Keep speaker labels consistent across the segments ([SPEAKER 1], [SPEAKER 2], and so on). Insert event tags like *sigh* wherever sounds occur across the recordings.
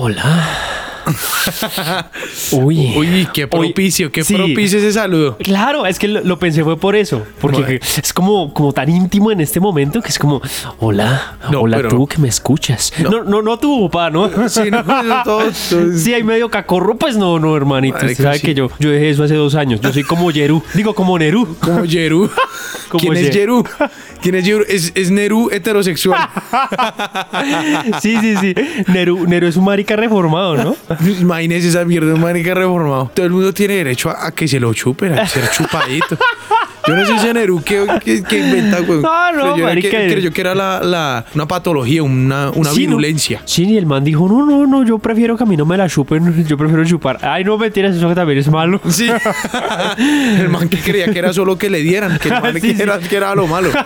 [SPEAKER 1] *laughs* Hola. Uy.
[SPEAKER 2] Uy, qué propicio, qué
[SPEAKER 1] sí.
[SPEAKER 2] propicio ese
[SPEAKER 1] *laughs*
[SPEAKER 2] saludo.
[SPEAKER 1] Claro, es que lo, lo pensé fue por eso. Porque
[SPEAKER 2] Bueno.
[SPEAKER 1] es como, como tan íntimo en este momento que es como, hola,
[SPEAKER 2] No,
[SPEAKER 1] hola
[SPEAKER 2] pero-
[SPEAKER 1] tú que me escuchas. No, no, no, tú, papá,
[SPEAKER 2] *laughs*
[SPEAKER 1] ¿no?
[SPEAKER 2] Sí, no, no, todo- todo-
[SPEAKER 1] Sí, hay medio cacorro, pues no, no, hermanito. Usted
[SPEAKER 2] Marica,
[SPEAKER 1] sabe
[SPEAKER 2] sí.
[SPEAKER 1] que yo, yo dejé eso hace dos años. Yo soy como Yeru, *laughs* digo como
[SPEAKER 2] *laughs*
[SPEAKER 1] Neru.
[SPEAKER 2] Como Yeru.
[SPEAKER 1] Como
[SPEAKER 2] ¿Quién es
[SPEAKER 1] Ye-
[SPEAKER 2] Yeru? ¿Quién es Yeru? Es, es Neru
[SPEAKER 1] *laughs*
[SPEAKER 2] heterosexual.
[SPEAKER 1] Sí, sí, sí. Neru, Neru es un marica reformado, ¿no?
[SPEAKER 2] Imagínese esa mierda, un manica reformado. Todo el mundo tiene derecho a, a que se lo chupen, a ser chupadito. Yo no sé ese Neru que, que, que inventa, güey.
[SPEAKER 1] No, Ah, no,
[SPEAKER 2] Pero yo era que-
[SPEAKER 1] marica.
[SPEAKER 2] que, yo que era la, la- una patología, una, una
[SPEAKER 1] Sí, ¿no?
[SPEAKER 2] virulencia.
[SPEAKER 1] Sí, y el man dijo, no, no, no, yo prefiero que a mí no me la chupen, yo prefiero chupar. Ay, no, mentiras, eso también es malo. *laughs*
[SPEAKER 2] Sí. el man que creía que era solo que le dieran, que, el man
[SPEAKER 1] Ah, Sí,
[SPEAKER 2] que
[SPEAKER 1] sí.
[SPEAKER 2] era, que era lo malo.
[SPEAKER 1] *laughs*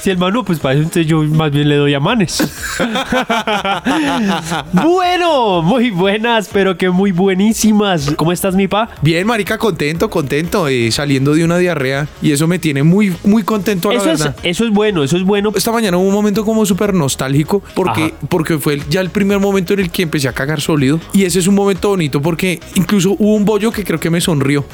[SPEAKER 1] Si el man no, pues para eso entonces yo más bien le doy a manes. *laughs* bueno, muy buenas, pero que muy buenísimas. ¿Cómo estás, mi pa?
[SPEAKER 2] Bien, marica, contento, contento, eh, saliendo de una diarrea. Y eso me tiene muy, muy contento, la
[SPEAKER 1] Eso es,
[SPEAKER 2] verdad.
[SPEAKER 1] eso es bueno, eso es bueno.
[SPEAKER 2] Esta mañana hubo un momento como súper nostálgico porque,
[SPEAKER 1] Ajá.
[SPEAKER 2] porque fue el- ya el primer momento en el que empecé a cagar sólido. Y ese es un momento bonito porque incluso hubo un bollo que creo que me
[SPEAKER 1] *laughs*
[SPEAKER 2] sonrió.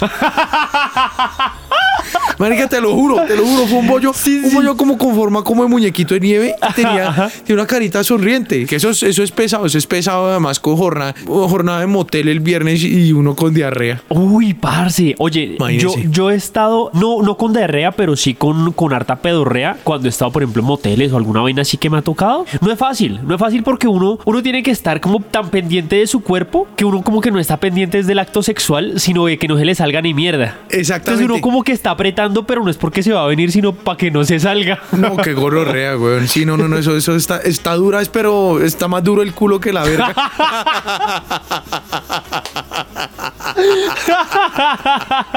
[SPEAKER 2] Marica, te lo juro, te lo juro, fue un bollo,
[SPEAKER 1] Sí,
[SPEAKER 2] un
[SPEAKER 1] sí.
[SPEAKER 2] bollo como con forma como de muñequito de nieve y tenía, tenía una carita sonriente. Que eso es, eso es pesado, eso es pesado además con jornada, jornada de motel el viernes y uno con diarrea.
[SPEAKER 1] Uy, parce. Oye, yo,
[SPEAKER 2] Imagínese.
[SPEAKER 1] yo he estado, no, no con diarrea, pero sí con, con harta pedorrea cuando he estado, por ejemplo, en moteles o alguna vaina así que me ha tocado. No es fácil, no es fácil porque uno, uno tiene que estar como tan pendiente de su cuerpo que uno como que no está pendiente es del acto sexual, sino de que no se le salga ni mierda.
[SPEAKER 2] Exactamente.
[SPEAKER 1] Entonces uno como que está apretando, pero no es porque se va a venir, sino para que no se salga.
[SPEAKER 2] No, qué gororrea, weón. Sí, no, no, no, eso, eso está, está dura, es- pero está más duro el culo que la verga.
[SPEAKER 1] *laughs*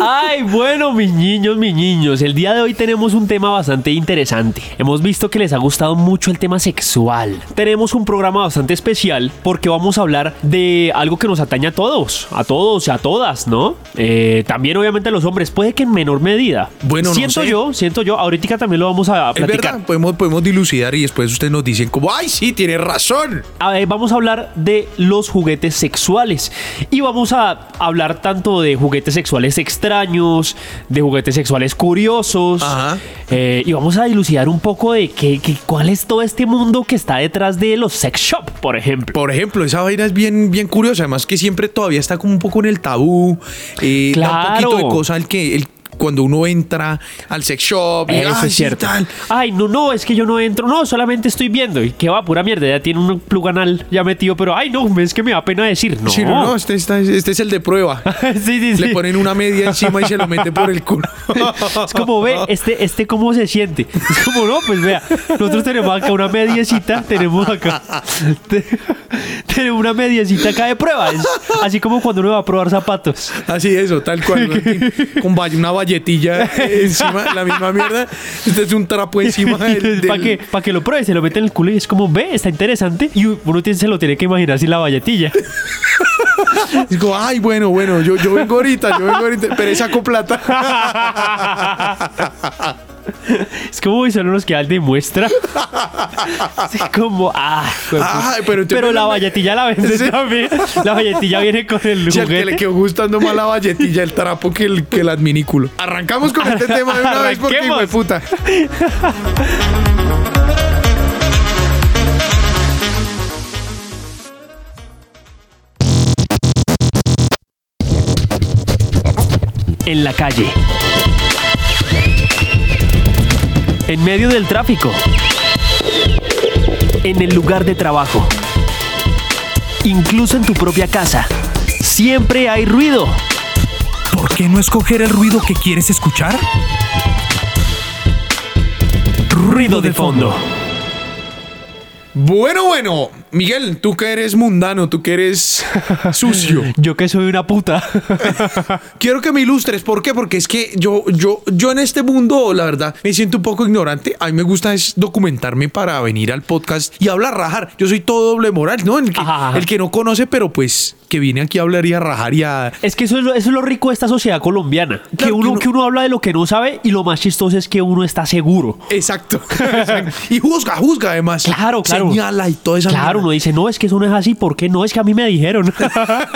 [SPEAKER 1] Ay, bueno, mis niños, mis niños, el día de hoy tenemos un tema bastante interesante. Hemos visto que les ha gustado mucho el tema sexual. Tenemos un programa bastante especial porque vamos a hablar de algo que nos atañe a todos, a todos y a todas, ¿no? Eh, también obviamente a los hombres, puede que en menor medida.
[SPEAKER 2] Bueno, no
[SPEAKER 1] siento
[SPEAKER 2] sé.
[SPEAKER 1] yo, siento yo, ahorita también lo vamos a
[SPEAKER 2] Es
[SPEAKER 1] platicar.
[SPEAKER 2] verdad, podemos, podemos dilucidar y después ustedes nos dicen como, ay, sí, tiene razón.
[SPEAKER 1] A ver, Ah, eh, vamos a hablar de los juguetes sexuales. Y vamos a hablar tanto de juguetes sexuales extraños, de juguetes sexuales curiosos.
[SPEAKER 2] Ajá.
[SPEAKER 1] Eh, y vamos a dilucidar un poco de qué, qué- cuál es todo este mundo que está detrás de los sex shop, por ejemplo.
[SPEAKER 2] Por ejemplo, esa vaina es bien, bien curiosa, además que siempre todavía está como un poco en el tabú. Eh, Da un
[SPEAKER 1] Claro.
[SPEAKER 2] poquito de cosa el que el, cuando uno entra al sex shop. y,
[SPEAKER 1] Eso
[SPEAKER 2] "Ay,
[SPEAKER 1] es
[SPEAKER 2] sí,
[SPEAKER 1] cierto.
[SPEAKER 2] tal".
[SPEAKER 1] Ay, no, no, es que yo no entro. No, solamente estoy viendo. Y qué va, pura mierda. Ya tiene un plug anal ya metido, pero ay, no, es que me da pena decir. No,
[SPEAKER 2] Sí, no, no, este, está- este es el de prueba.
[SPEAKER 1] *laughs* sí, sí, sí.
[SPEAKER 2] Le ponen una media encima y se lo mete por
[SPEAKER 1] *laughs*
[SPEAKER 2] el culo.
[SPEAKER 1] Es como, ve, este, este cómo se siente. Es como, no, pues vea, nosotros tenemos acá una mediecita, tenemos acá, te- tenemos una mediecita acá de prueba. Es así como cuando uno va a probar zapatos.
[SPEAKER 2] Así eso, tal
[SPEAKER 1] *laughs*
[SPEAKER 2] cual. ¿no? Con ba- una valletilla encima, la misma mierda. Este es un trapo
[SPEAKER 1] *laughs*
[SPEAKER 2] encima del,
[SPEAKER 1] Para
[SPEAKER 2] del-
[SPEAKER 1] que, pa' que lo pruebe, se lo mete en el culo y es como, ve, está interesante. Y uno tiene- se lo tiene que imaginar sin la valletilla. *laughs*
[SPEAKER 2] Digo, ay, bueno, bueno, yo, yo vengo ahorita, yo vengo ahorita, pero
[SPEAKER 1] *laughs*
[SPEAKER 2] saco plata.
[SPEAKER 1] Es como, y solo nos queda el de muestra. *laughs* Así como, ah,
[SPEAKER 2] Ay, pero usted me
[SPEAKER 1] la
[SPEAKER 2] lo-
[SPEAKER 1] valletilla la vende
[SPEAKER 2] Sí.
[SPEAKER 1] también. La valletilla viene con el
[SPEAKER 2] Si al
[SPEAKER 1] juguete.
[SPEAKER 2] que le quedó gustando más la valletilla, el trapo que el, que el adminículo. Arrancamos con este tema de una vez porque hijo de
[SPEAKER 1] Arranquemos.
[SPEAKER 2] puta.
[SPEAKER 1] en la calle. En medio del tráfico. En el lugar de trabajo. Incluso en tu propia casa. Siempre hay ruido.
[SPEAKER 3] ¿Por qué no escoger el ruido que quieres escuchar?
[SPEAKER 1] Ruido de fondo.
[SPEAKER 2] Bueno, bueno, Miguel, tú que eres mundano, tú que eres sucio.
[SPEAKER 1] Yo que soy una puta.
[SPEAKER 3] *laughs*
[SPEAKER 2] Quiero que me ilustres, ¿por qué? Porque es que yo, yo, yo en este mundo, la verdad, me siento un poco ignorante. A mí me gusta es documentarme para venir al podcast y hablar, rajar. Yo soy todo doble moral, ¿no? El que,
[SPEAKER 1] Ajá, ajá.
[SPEAKER 2] el que no conoce, pero pues, que vine aquí a hablar y a rajar y a...
[SPEAKER 1] Es que eso es, lo, eso es lo rico de esta sociedad colombiana. que,
[SPEAKER 2] Claro,
[SPEAKER 1] uno,
[SPEAKER 2] que uno-
[SPEAKER 1] que uno habla de lo que no sabe y lo más chistoso es que uno está seguro. *laughs*
[SPEAKER 2] Exacto. y juzga, juzga además.
[SPEAKER 1] Claro, claro.
[SPEAKER 2] Señala y toda esa
[SPEAKER 1] Claro, uno
[SPEAKER 2] mierda.
[SPEAKER 1] dice, no, es que eso no es así, ¿por qué no? Es que a mí me dijeron.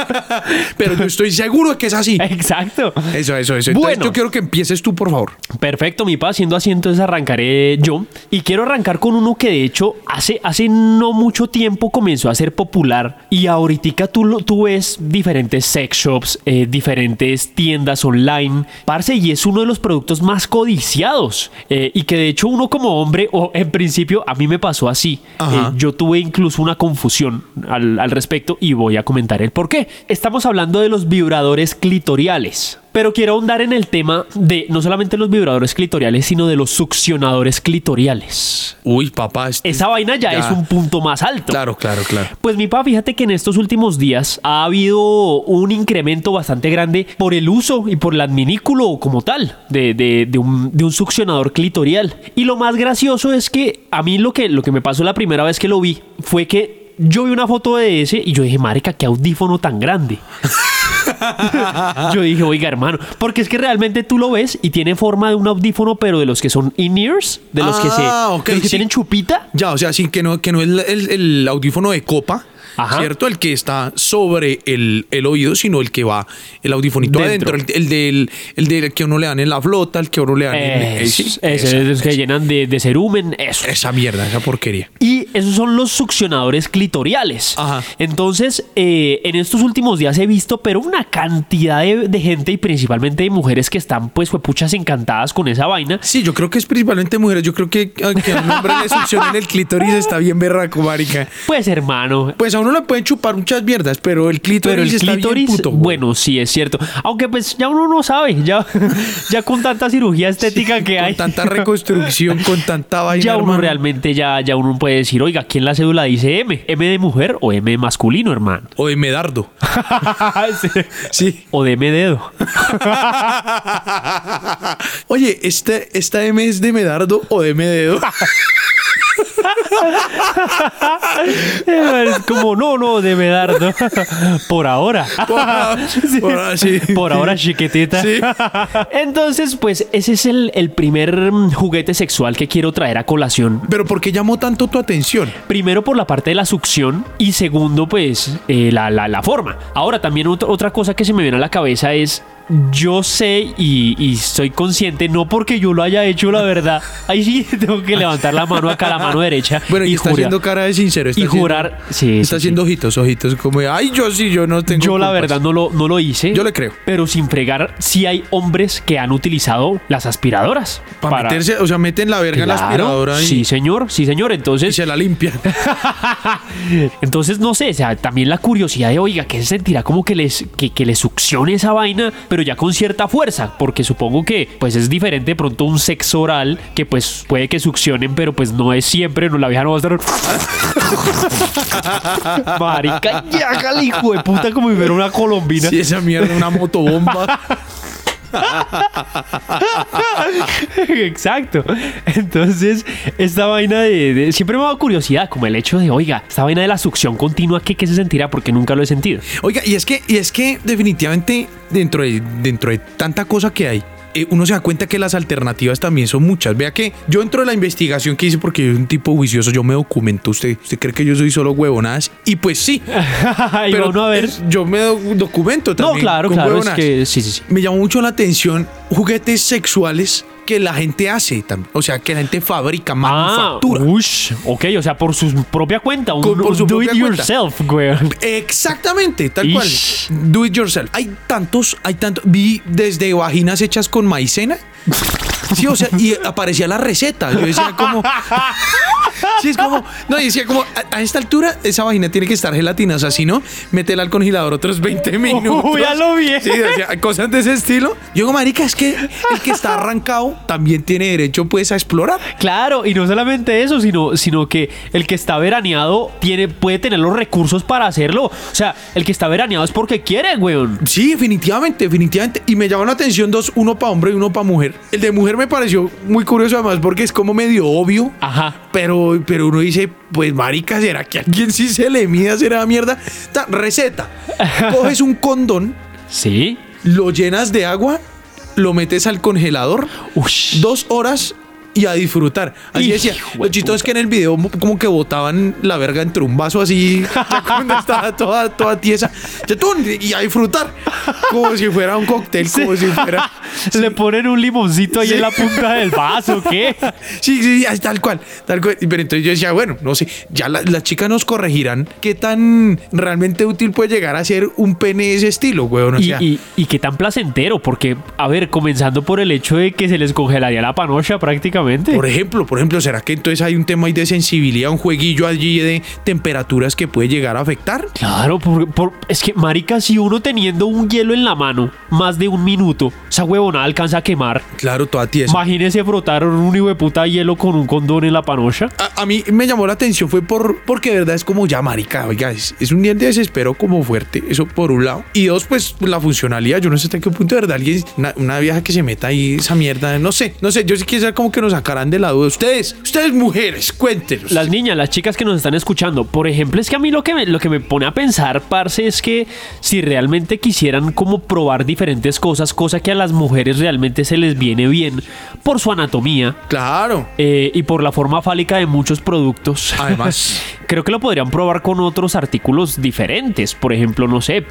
[SPEAKER 1] *laughs*
[SPEAKER 2] Pero yo estoy seguro de que es así.
[SPEAKER 1] *laughs* Exacto.
[SPEAKER 2] Eso, eso, eso. Entonces
[SPEAKER 1] Bueno.
[SPEAKER 2] yo quiero que empieces tú, por favor.
[SPEAKER 1] Perfecto, mi pa, siendo así, entonces arrancaré yo. Y quiero arrancar con uno que de hecho hace, hace no mucho tiempo comenzó a ser popular. Y ahorita tú, lo- tú ves diferentes sex shops, eh, diferentes tiendas online. Parce, y es uno de los productos más codiciados. Eh, y que de hecho uno como hombre, o en principio a mí me pasó así.
[SPEAKER 2] Ajá.
[SPEAKER 1] Eh, yo tuve incluso una confusión al, al respecto y voy a comentar el por qué. Estamos hablando de los vibradores clitoriales. Pero quiero ahondar en el tema de no solamente los vibradores clitoriales, sino de los succionadores clitoriales.
[SPEAKER 2] Uy, papá. este-
[SPEAKER 1] Esa vaina ya,
[SPEAKER 2] Ya.
[SPEAKER 1] es un punto más alto.
[SPEAKER 2] Claro, claro, claro.
[SPEAKER 1] Pues mi papá, fíjate que en estos últimos días ha habido un incremento bastante grande por el uso y por el adminículo como tal de, de- de un, de un succionador clitorial. Y lo más gracioso es que a mí lo que, lo que me pasó la primera vez que lo vi fue que yo vi una foto de ese y yo dije, marica, qué audífono tan grande. *laughs* Yo dije, oiga, hermano, porque es que realmente tú lo ves y tiene forma de un audífono, pero de los que son in-ears, de los que se.
[SPEAKER 2] Ah, ok,
[SPEAKER 1] de los que
[SPEAKER 2] sí.
[SPEAKER 1] tienen chupita.
[SPEAKER 2] Ya, o sea, sí, que no, que no es la- el, el audífono de copa,
[SPEAKER 1] Ajá.
[SPEAKER 2] ¿cierto? El que está sobre el, el oído, sino el que va, el audifonito
[SPEAKER 1] Dentro.
[SPEAKER 2] adentro, el, el del, el del que uno le dan en la flota, el que uno le dan en... eh,
[SPEAKER 1] Es-
[SPEAKER 2] sí,
[SPEAKER 1] ese,
[SPEAKER 2] esa, Eh.
[SPEAKER 1] de los que llenan de, de cerumen, eso.
[SPEAKER 2] esa mierda, esa porquería.
[SPEAKER 1] Y esos son los succionadores clitoriales.
[SPEAKER 2] Ajá.
[SPEAKER 1] Entonces, eh, en estos últimos días he visto, pero una cantidad de, de gente y principalmente de mujeres que están, pues, puchas encantadas con esa vaina.
[SPEAKER 2] Sí, yo creo que es principalmente mujeres. Yo creo que a, que a un hombre le succionen el clítoris está bien berraco, marica.
[SPEAKER 1] Pues, hermano.
[SPEAKER 2] Pues a uno le pueden chupar muchas mierdas, pero el clítoris,
[SPEAKER 1] Pero el
[SPEAKER 2] está bien
[SPEAKER 1] clítoris,
[SPEAKER 2] puto, güey.
[SPEAKER 1] bueno, sí, es cierto. Aunque pues ya uno no sabe, ya, *laughs* ya con tanta cirugía estética que hay.
[SPEAKER 2] Con tanta reconstrucción, con tanta
[SPEAKER 1] *laughs*
[SPEAKER 2] vaina,
[SPEAKER 1] Ya uno
[SPEAKER 2] hermano.
[SPEAKER 1] realmente, ya, ya uno puede decir, oiga, ¿quién la cédula dice M? ¿M de mujer o M de masculino, hermano?
[SPEAKER 2] O de medardo.
[SPEAKER 1] *laughs*
[SPEAKER 2] Sí.
[SPEAKER 1] O de M dedo. *laughs*
[SPEAKER 2] *laughs* Oye, este, ¿esta M es de Medardo o de Mededo? *laughs*
[SPEAKER 1] Es como, no, no, *laughs* de Medardo. Por ahora.
[SPEAKER 2] Por ahora,
[SPEAKER 1] *laughs*
[SPEAKER 2] por ahora sí.
[SPEAKER 1] Por ahora, chiquitita.
[SPEAKER 2] Sí.
[SPEAKER 1] *laughs* Entonces, pues, ese es el, el primer mm, juguete sexual que quiero traer a colación.
[SPEAKER 2] Pero ¿por qué llamó tanto tu atención?
[SPEAKER 1] Primero por la parte de la succión y segundo pues eh, la, la- la forma. Ahora también ot- otra cosa que se me viene a la cabeza es yo sé y, y soy consciente, no porque yo lo haya hecho la
[SPEAKER 2] *laughs*
[SPEAKER 1] verdad. Ahí sí tengo que levantar la mano acá, la mano derecha.
[SPEAKER 2] Bueno, y, está
[SPEAKER 1] jurar-
[SPEAKER 2] haciendo cara de sincero. está
[SPEAKER 1] y
[SPEAKER 2] haciendo-
[SPEAKER 1] jurar- sí, sí,
[SPEAKER 2] Está haciendo ojitos, ojitos, como de, ay, yo sí, yo no tengo.
[SPEAKER 1] Yo la
[SPEAKER 2] culpas".
[SPEAKER 1] verdad no lo, no lo hice.
[SPEAKER 2] Yo le creo.
[SPEAKER 1] Pero sin fregar, sí hay hombres que han utilizado las aspiradoras.
[SPEAKER 2] Para, meterse, o sea, meten la verga en la
[SPEAKER 1] Claro,
[SPEAKER 2] aspiradora y,
[SPEAKER 1] Sí, señor, sí, señor.
[SPEAKER 2] y
[SPEAKER 1] Entonces,
[SPEAKER 2] se
[SPEAKER 1] *laughs*
[SPEAKER 2] la limpian.
[SPEAKER 1] Entonces, no sé, o sea, también la curiosidad de, oiga, que se sentirá como que les, que, que les succione esa vaina, pero ya con cierta fuerza, porque supongo que, pues, es diferente de pronto un sexo oral, que pues puede que succionen, pero pues no es siempre, no, la vieja no va a estar... *laughs* Marica, ya, cala, hijo de puta, como si fuera una colombina.
[SPEAKER 2] Sí, esa mierda, una motobomba.
[SPEAKER 1] *laughs* Exacto. Entonces, esta vaina de, de- Siempre me ha dado curiosidad, como el hecho de, oiga, esta vaina de la succión continua, ¿qué, qué se sentirá? Porque nunca lo he sentido.
[SPEAKER 2] Oiga, y es que, y es que definitivamente dentro de, dentro de tanta cosa que hay, eh, uno se da cuenta que las alternativas también son muchas. Vea que yo entro de la investigación que hice porque yo soy un tipo juicioso, yo me documento. Usted, usted cree que yo soy solo huevonadas. Y
[SPEAKER 1] *laughs*
[SPEAKER 2] pues sí,
[SPEAKER 1] y vamos a ver.
[SPEAKER 2] eh, yo me do- documento también.
[SPEAKER 1] no, claro,
[SPEAKER 2] con
[SPEAKER 1] claro,
[SPEAKER 2] huevonadas.
[SPEAKER 1] es que sí, sí, sí.
[SPEAKER 2] Me llamó mucho la atención juguetes sexuales que la gente hace también. O sea, que la gente fabrica,
[SPEAKER 1] Ah,
[SPEAKER 2] manufactura.
[SPEAKER 1] ush, ok, o sea, por su propia cuenta, un,
[SPEAKER 2] Con- por
[SPEAKER 1] un
[SPEAKER 2] su
[SPEAKER 1] do it
[SPEAKER 2] propia cuenta.
[SPEAKER 1] yourself,
[SPEAKER 2] *laughs*
[SPEAKER 1] güey.
[SPEAKER 2] Exactamente, tal
[SPEAKER 1] Ish.
[SPEAKER 2] cual. Do it yourself. Hay tantos, hay tantos. Vi desde vaginas hechas con maicena. Sí, o sea, y aparecía la receta. Yo decía como. Sí, es como. No, y decía como, a, a esta altura, esa vagina tiene que estar gelatinosa. Si no, métela al congelador otros 20 minutos.
[SPEAKER 1] ya lo vi.
[SPEAKER 2] Sí, decía, cosas de ese estilo. Yo digo, marica, es que el que está arrancado también tiene derecho, pues, a explorar.
[SPEAKER 1] Claro, y no solamente eso, sino, sino que el que está veraneado tiene, puede tener los recursos para hacerlo. O sea, el que está veraneado es porque quiere, weón.
[SPEAKER 2] Sí, definitivamente, definitivamente. Y me llamó la atención dos, uno para hombre y uno para mujer. El de mujer me pareció muy curioso además porque es como medio obvio.
[SPEAKER 1] Ajá.
[SPEAKER 2] Pero, pero uno dice, pues marica, ¿será que a alguien sí se le mida será mierda? Ta, receta. Coges un condón,
[SPEAKER 1] Sí.
[SPEAKER 2] lo llenas de agua, lo metes al congelador,
[SPEAKER 1] Ush.
[SPEAKER 2] dos horas y a disfrutar. Así
[SPEAKER 1] Hijo
[SPEAKER 2] decía.
[SPEAKER 1] de
[SPEAKER 2] Lo chistoso es
[SPEAKER 1] puta.
[SPEAKER 2] que en el video mo- como que botaban la verga entre un
[SPEAKER 1] *laughs*
[SPEAKER 2] vaso así, ya cuando estaba toda, toda tiesa. Ya, tun, Y a disfrutar. Como si fuera un cóctel, como
[SPEAKER 1] *laughs*
[SPEAKER 2] si fuera...
[SPEAKER 1] Le ponen un limoncito ahí
[SPEAKER 2] Sí.
[SPEAKER 1] en la punta del vaso, ¿qué?
[SPEAKER 2] Sí, sí, sí, así, tal cual, tal cual. Pero entonces yo decía, bueno, no sé, ya la- las chicas nos corregirán qué tan realmente útil puede llegar a ser un pene de ese estilo, weón. O
[SPEAKER 1] Y,
[SPEAKER 2] sea,
[SPEAKER 1] y, y qué tan placentero, porque, a ver, comenzando por el hecho de que se les congelaría la panocha prácticamente.
[SPEAKER 2] por e- ejemplo, por ejemplo, ¿será que entonces hay un tema ahí de sensibilidad, un jueguillo allí de temperaturas que puede llegar a afectar?
[SPEAKER 1] Claro, por- por- es que, marica, si uno teniendo un hielo en la mano más de un minuto, esa huevonada alcanza a quemar.
[SPEAKER 2] Claro, toda tiesa.
[SPEAKER 1] Imagínese frotar un hijo de puta hielo con un condón en la panocha.
[SPEAKER 2] A, a mí me llamó la atención fue por porque de verdad es como ya marica, oiga, es, es un diente de desespero como fuerte, eso por un lado. Y dos, pues la funcionalidad, yo no sé hasta qué punto de verdad alguien, una, una vieja que se meta ahí esa mierda, no sé, no sé, yo sí quisiera como que nos sacarán de la duda. Ustedes, ustedes mujeres, cuéntenos.
[SPEAKER 1] Las niñas, las chicas que nos están escuchando, por ejemplo, es que a mí lo que me, lo que me pone a pensar, parce, es que si realmente quisieran como probar diferentes cosas, cosa que a las mujeres realmente se les viene bien por su anatomía
[SPEAKER 2] Claro.
[SPEAKER 1] eh, y por la forma fálica de muchos productos. *laughs*
[SPEAKER 2] Además,
[SPEAKER 1] Creo que lo podrían probar con otros artículos diferentes, por ejemplo, no sé,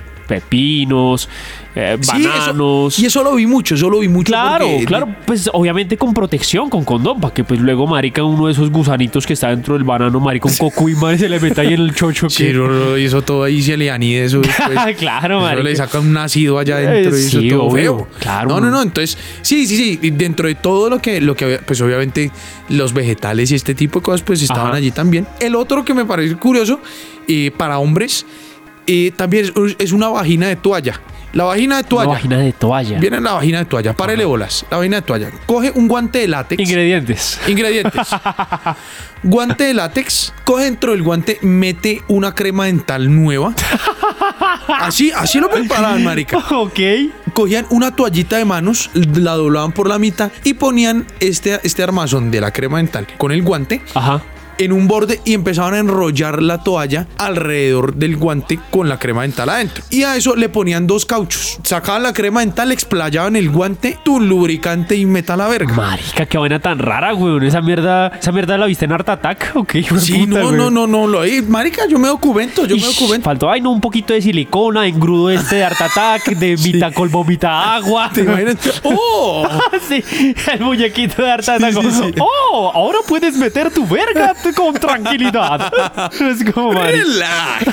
[SPEAKER 1] pepinos, eh,
[SPEAKER 2] sí, eso-
[SPEAKER 1] bananos.
[SPEAKER 2] y eso lo vi mucho, eso lo vi mucho.
[SPEAKER 1] Claro,
[SPEAKER 2] porque-
[SPEAKER 1] claro, pues obviamente con protección, con condón, para que pues luego marica uno de esos gusanitos que está dentro del banano, marica un
[SPEAKER 2] *laughs*
[SPEAKER 1] cocuima y se le meta ahí en el chocho.
[SPEAKER 2] Sí,
[SPEAKER 1] que- *laughs*
[SPEAKER 2] no, no, y eso todo ahí se le anide eso. después.
[SPEAKER 1] claro,
[SPEAKER 2] pues, Eso le
[SPEAKER 1] marica.
[SPEAKER 2] sacan un nacido allá adentro
[SPEAKER 1] Eh,
[SPEAKER 2] y eso
[SPEAKER 1] sí,
[SPEAKER 2] todo
[SPEAKER 1] obvio,
[SPEAKER 2] feo.
[SPEAKER 1] claro.
[SPEAKER 2] No, no, no. Entonces, sí, sí, sí. y Dentro de todo lo que, lo que había- pues obviamente los vegetales y este tipo de cosas, pues estaban
[SPEAKER 1] Ajá.
[SPEAKER 2] allí también. El otro que me parece curioso eh, para hombres eh, también es, es una vagina de toalla. La vagina de
[SPEAKER 1] Una
[SPEAKER 2] toalla.
[SPEAKER 1] vagina de toalla.
[SPEAKER 2] Viene la vagina de toalla. Párele bolas. La vagina de toalla. Coge un guante de látex.
[SPEAKER 1] Ingredientes.
[SPEAKER 2] Ingredientes. guante de látex. Coge dentro del guante, mete una crema dental nueva. Así, así lo preparaban, marica.
[SPEAKER 1] *laughs* ok.
[SPEAKER 2] Cogían una toallita de manos, la doblaban por la mitad y ponían este, este armazón de la crema dental con el guante
[SPEAKER 1] Ajá.
[SPEAKER 2] en un borde y empezaban a enrollar la toalla alrededor del guante con la crema dental adentro. Y a eso le ponían dos cauchos. Sacaban la crema dental, explayaban el guante, tu lubricante y meta la verga.
[SPEAKER 1] Marica, qué vaina tan rara, weón. Esa mierda, esa mierda la viste en Art Attack, ok. hijo
[SPEAKER 2] *laughs*
[SPEAKER 1] de
[SPEAKER 2] Sí,
[SPEAKER 1] puta,
[SPEAKER 2] no,
[SPEAKER 1] weón.
[SPEAKER 2] no, no, no, lo ahí, marica, yo me documento, yo me
[SPEAKER 1] Ish,
[SPEAKER 2] *laughs* documento.
[SPEAKER 1] Faltó, ay, no, un poquito de silicona, engrudo este de Art Attack,
[SPEAKER 2] *laughs*
[SPEAKER 1] de mitad colmo, mitad agua.
[SPEAKER 2] ¿Te imaginas? *laughs* ¡Oh!
[SPEAKER 1] *laughs* Sí, el muñequito de Artana.
[SPEAKER 2] Sí, sí,
[SPEAKER 1] como,
[SPEAKER 2] sí.
[SPEAKER 1] Oh, ahora puedes meter tu verga t- con
[SPEAKER 2] *laughs*
[SPEAKER 1] tranquilidad. es como madre.
[SPEAKER 2] Relájate.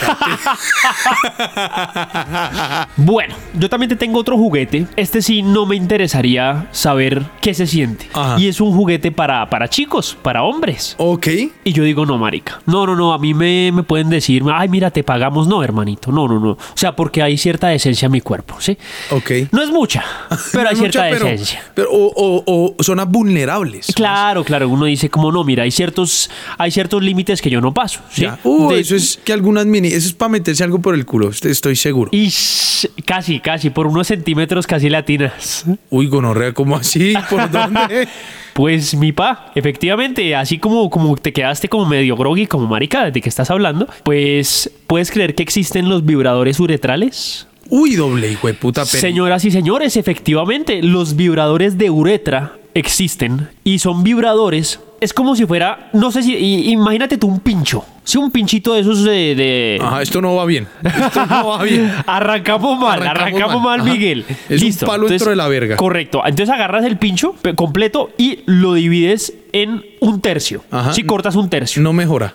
[SPEAKER 1] Bueno, yo también te tengo otro juguete. Este sí no me interesaría saber qué se siente.
[SPEAKER 2] Ajá.
[SPEAKER 1] Y es un juguete para, para chicos, para hombres.
[SPEAKER 2] Ok.
[SPEAKER 1] Y yo digo, no, marica. No, no, no. A mí me, me pueden decir, ay, mira, te pagamos. No, hermanito. No, no, no. O sea, porque hay cierta decencia en mi cuerpo, ¿sí?
[SPEAKER 2] Ok.
[SPEAKER 1] No es mucha,
[SPEAKER 2] *laughs*
[SPEAKER 1] pero
[SPEAKER 2] No
[SPEAKER 1] hay
[SPEAKER 2] mucha,
[SPEAKER 1] cierta
[SPEAKER 2] pero-
[SPEAKER 1] decencia.
[SPEAKER 2] pero- o, o- o zonas vulnerables.
[SPEAKER 1] Claro, claro, uno dice como no, mira, hay ciertos, hay ciertos límites que yo no paso. ¿sí?
[SPEAKER 2] Ya. Uh,
[SPEAKER 1] De-
[SPEAKER 2] eso es que algunas mini. Eso es para meterse algo por el culo, est- estoy seguro.
[SPEAKER 1] Ish, casi, casi, por unos centímetros casi latinas.
[SPEAKER 2] Uy, gonorrea, ¿cómo así?
[SPEAKER 1] *laughs*
[SPEAKER 2] ¿Por dónde?
[SPEAKER 1] Pues mi pa, efectivamente, así como, como te quedaste como medio groggy, como marica, de que estás hablando, pues puedes creer que existen los vibradores uretrales.
[SPEAKER 2] Uy, doble hijo de puta peri-
[SPEAKER 1] Señoras y señores, efectivamente, los vibradores de uretra existen y son vibradores. Es como si fuera, no sé si, i- imagínate tú un pincho. Si un pinchito de esos de- de,
[SPEAKER 2] Ajá, esto no va bien. Esto no Ah, va bien.
[SPEAKER 1] Arrancamos mal, arrancamos,
[SPEAKER 2] Arrancamos
[SPEAKER 1] mal,
[SPEAKER 2] mal, ajá.
[SPEAKER 1] Miguel.
[SPEAKER 2] Es un palo dentro de la verga.
[SPEAKER 1] Correcto. Entonces agarras el pincho pe- completo y lo divides en un tercio.
[SPEAKER 2] Ajá.
[SPEAKER 1] Si cortas un tercio.
[SPEAKER 2] No mejora.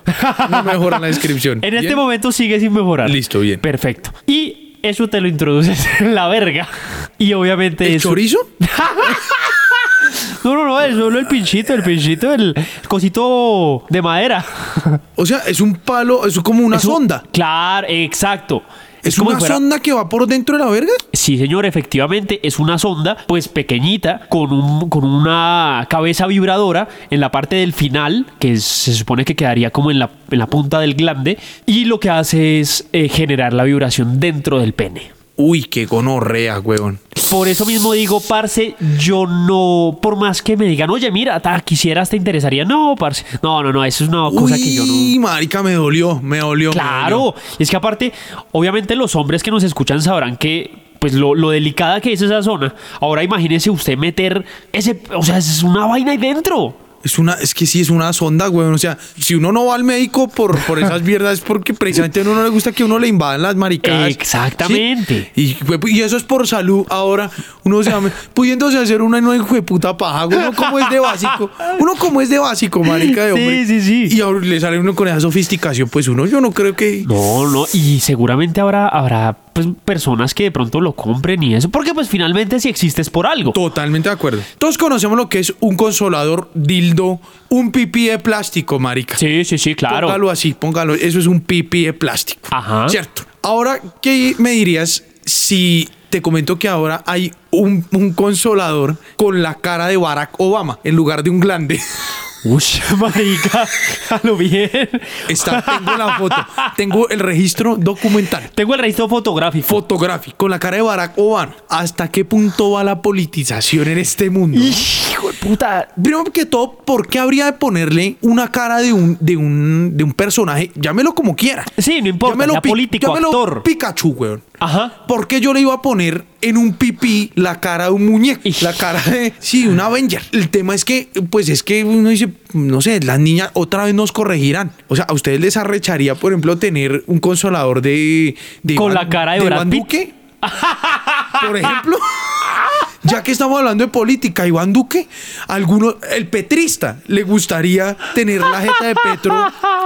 [SPEAKER 2] No mejora la descripción.
[SPEAKER 1] En este
[SPEAKER 2] Mm. Bien.
[SPEAKER 1] momento sigue sin mejorar.
[SPEAKER 2] Listo, bien.
[SPEAKER 1] Perfecto. Y eso te lo introduces *laughs* en la verga. Y obviamente
[SPEAKER 2] ¿El
[SPEAKER 1] eso-
[SPEAKER 2] chorizo?
[SPEAKER 1] No, no, no, es solo el pinchito, el pinchito, el cosito de
[SPEAKER 2] *laughs*
[SPEAKER 1] madera.
[SPEAKER 2] O sea, es un palo, es como una
[SPEAKER 1] Eso-
[SPEAKER 2] sonda.
[SPEAKER 1] Claro, exacto.
[SPEAKER 2] ¿Es
[SPEAKER 1] como
[SPEAKER 2] una
[SPEAKER 1] si fuera-
[SPEAKER 2] sonda que va por dentro de la verga?
[SPEAKER 1] Sí, señor, efectivamente es una sonda, pues pequeñita, con, un- con una cabeza vibradora en la parte del final, que es- se supone que quedaría como en la, en la punta del glande, y lo que hace es eh, generar la vibración dentro del pene.
[SPEAKER 2] uy, qué gonorrea, huevón.
[SPEAKER 1] Por eso mismo digo, parce, yo no, por más que me digan, oye, mira, ta, quisieras, te interesaría. No, parce. No, no, no, eso es una cosa que yo no.
[SPEAKER 2] Uy, marica, me dolió, me dolió. me dolió.
[SPEAKER 1] Claro, es que aparte, obviamente los hombres que nos escuchan sabrán que pues lo, lo delicada que es esa zona. Ahora imagínese usted meter ese, o sea, es una vaina ahí dentro.
[SPEAKER 2] Es una, es que sí, es una sonda, huevón. O sea, si uno no va al médico por, por esas mierdas es porque precisamente a uno no le gusta que uno le invadan las maricadas.
[SPEAKER 1] Exactamente.
[SPEAKER 2] Sí. Y, hue- y eso es por salud. Ahora, uno se llama, pudiéndose hacer una no hijo de puta paja. Uno como es de básico. Uno como es de básico, marica de
[SPEAKER 1] Sí,
[SPEAKER 2] hombre.
[SPEAKER 1] sí, sí.
[SPEAKER 2] Y ahora le sale uno con esa sofisticación. Pues uno, yo no creo que.
[SPEAKER 1] No, no, y seguramente habrá, habrá pues, personas que de pronto lo compren y eso, porque pues finalmente si existe es por algo.
[SPEAKER 2] Totalmente de acuerdo. Todos conocemos lo que es un consolador dildo, un pipí de plástico, marica.
[SPEAKER 1] Sí, sí, sí, claro.
[SPEAKER 2] Póngalo así, póngalo. Eso es un pipí de plástico.
[SPEAKER 1] Ajá.
[SPEAKER 2] Cierto. Ahora, ¿qué me dirías si te comento que ahora hay un, un consolador con la cara de Barack Obama en lugar de un glande? *laughs*
[SPEAKER 1] Uy, *laughs* marica, a lo bien.
[SPEAKER 2] Está, tengo la foto, tengo el registro documental.
[SPEAKER 1] *laughs* Tengo el registro fotográfico.
[SPEAKER 2] Fotográfico, con la cara de Barack Obama. ¿Hasta qué punto va la politización en este mundo?
[SPEAKER 1] Hijo de puta.
[SPEAKER 2] Primero que todo, ¿por qué habría de ponerle una cara de un, de un, de un personaje? Llámelo como quiera.
[SPEAKER 1] Sí, no importa,
[SPEAKER 2] Llámelo
[SPEAKER 1] sea
[SPEAKER 2] pi-
[SPEAKER 1] político,
[SPEAKER 2] llámelo
[SPEAKER 1] actor.
[SPEAKER 2] Pikachu, weón.
[SPEAKER 1] Ajá.
[SPEAKER 2] ¿Por qué yo le iba a poner en un pipí la cara de un muñeco?
[SPEAKER 1] Ish.
[SPEAKER 2] La cara de. Sí, un Avenger. El tema es que, pues es que uno dice, no sé, las niñas otra vez nos corregirán. O sea, ¿a ustedes les arrecharía, por ejemplo, tener un consolador de. de
[SPEAKER 1] Con
[SPEAKER 2] Iván-
[SPEAKER 1] la cara de Brad
[SPEAKER 2] Iván
[SPEAKER 1] Pitt.
[SPEAKER 2] Duque? Por ejemplo. *laughs* Ya que estamos hablando de política, Iván Duque, alguno, el petrista, le gustaría tener la jeta de Petro,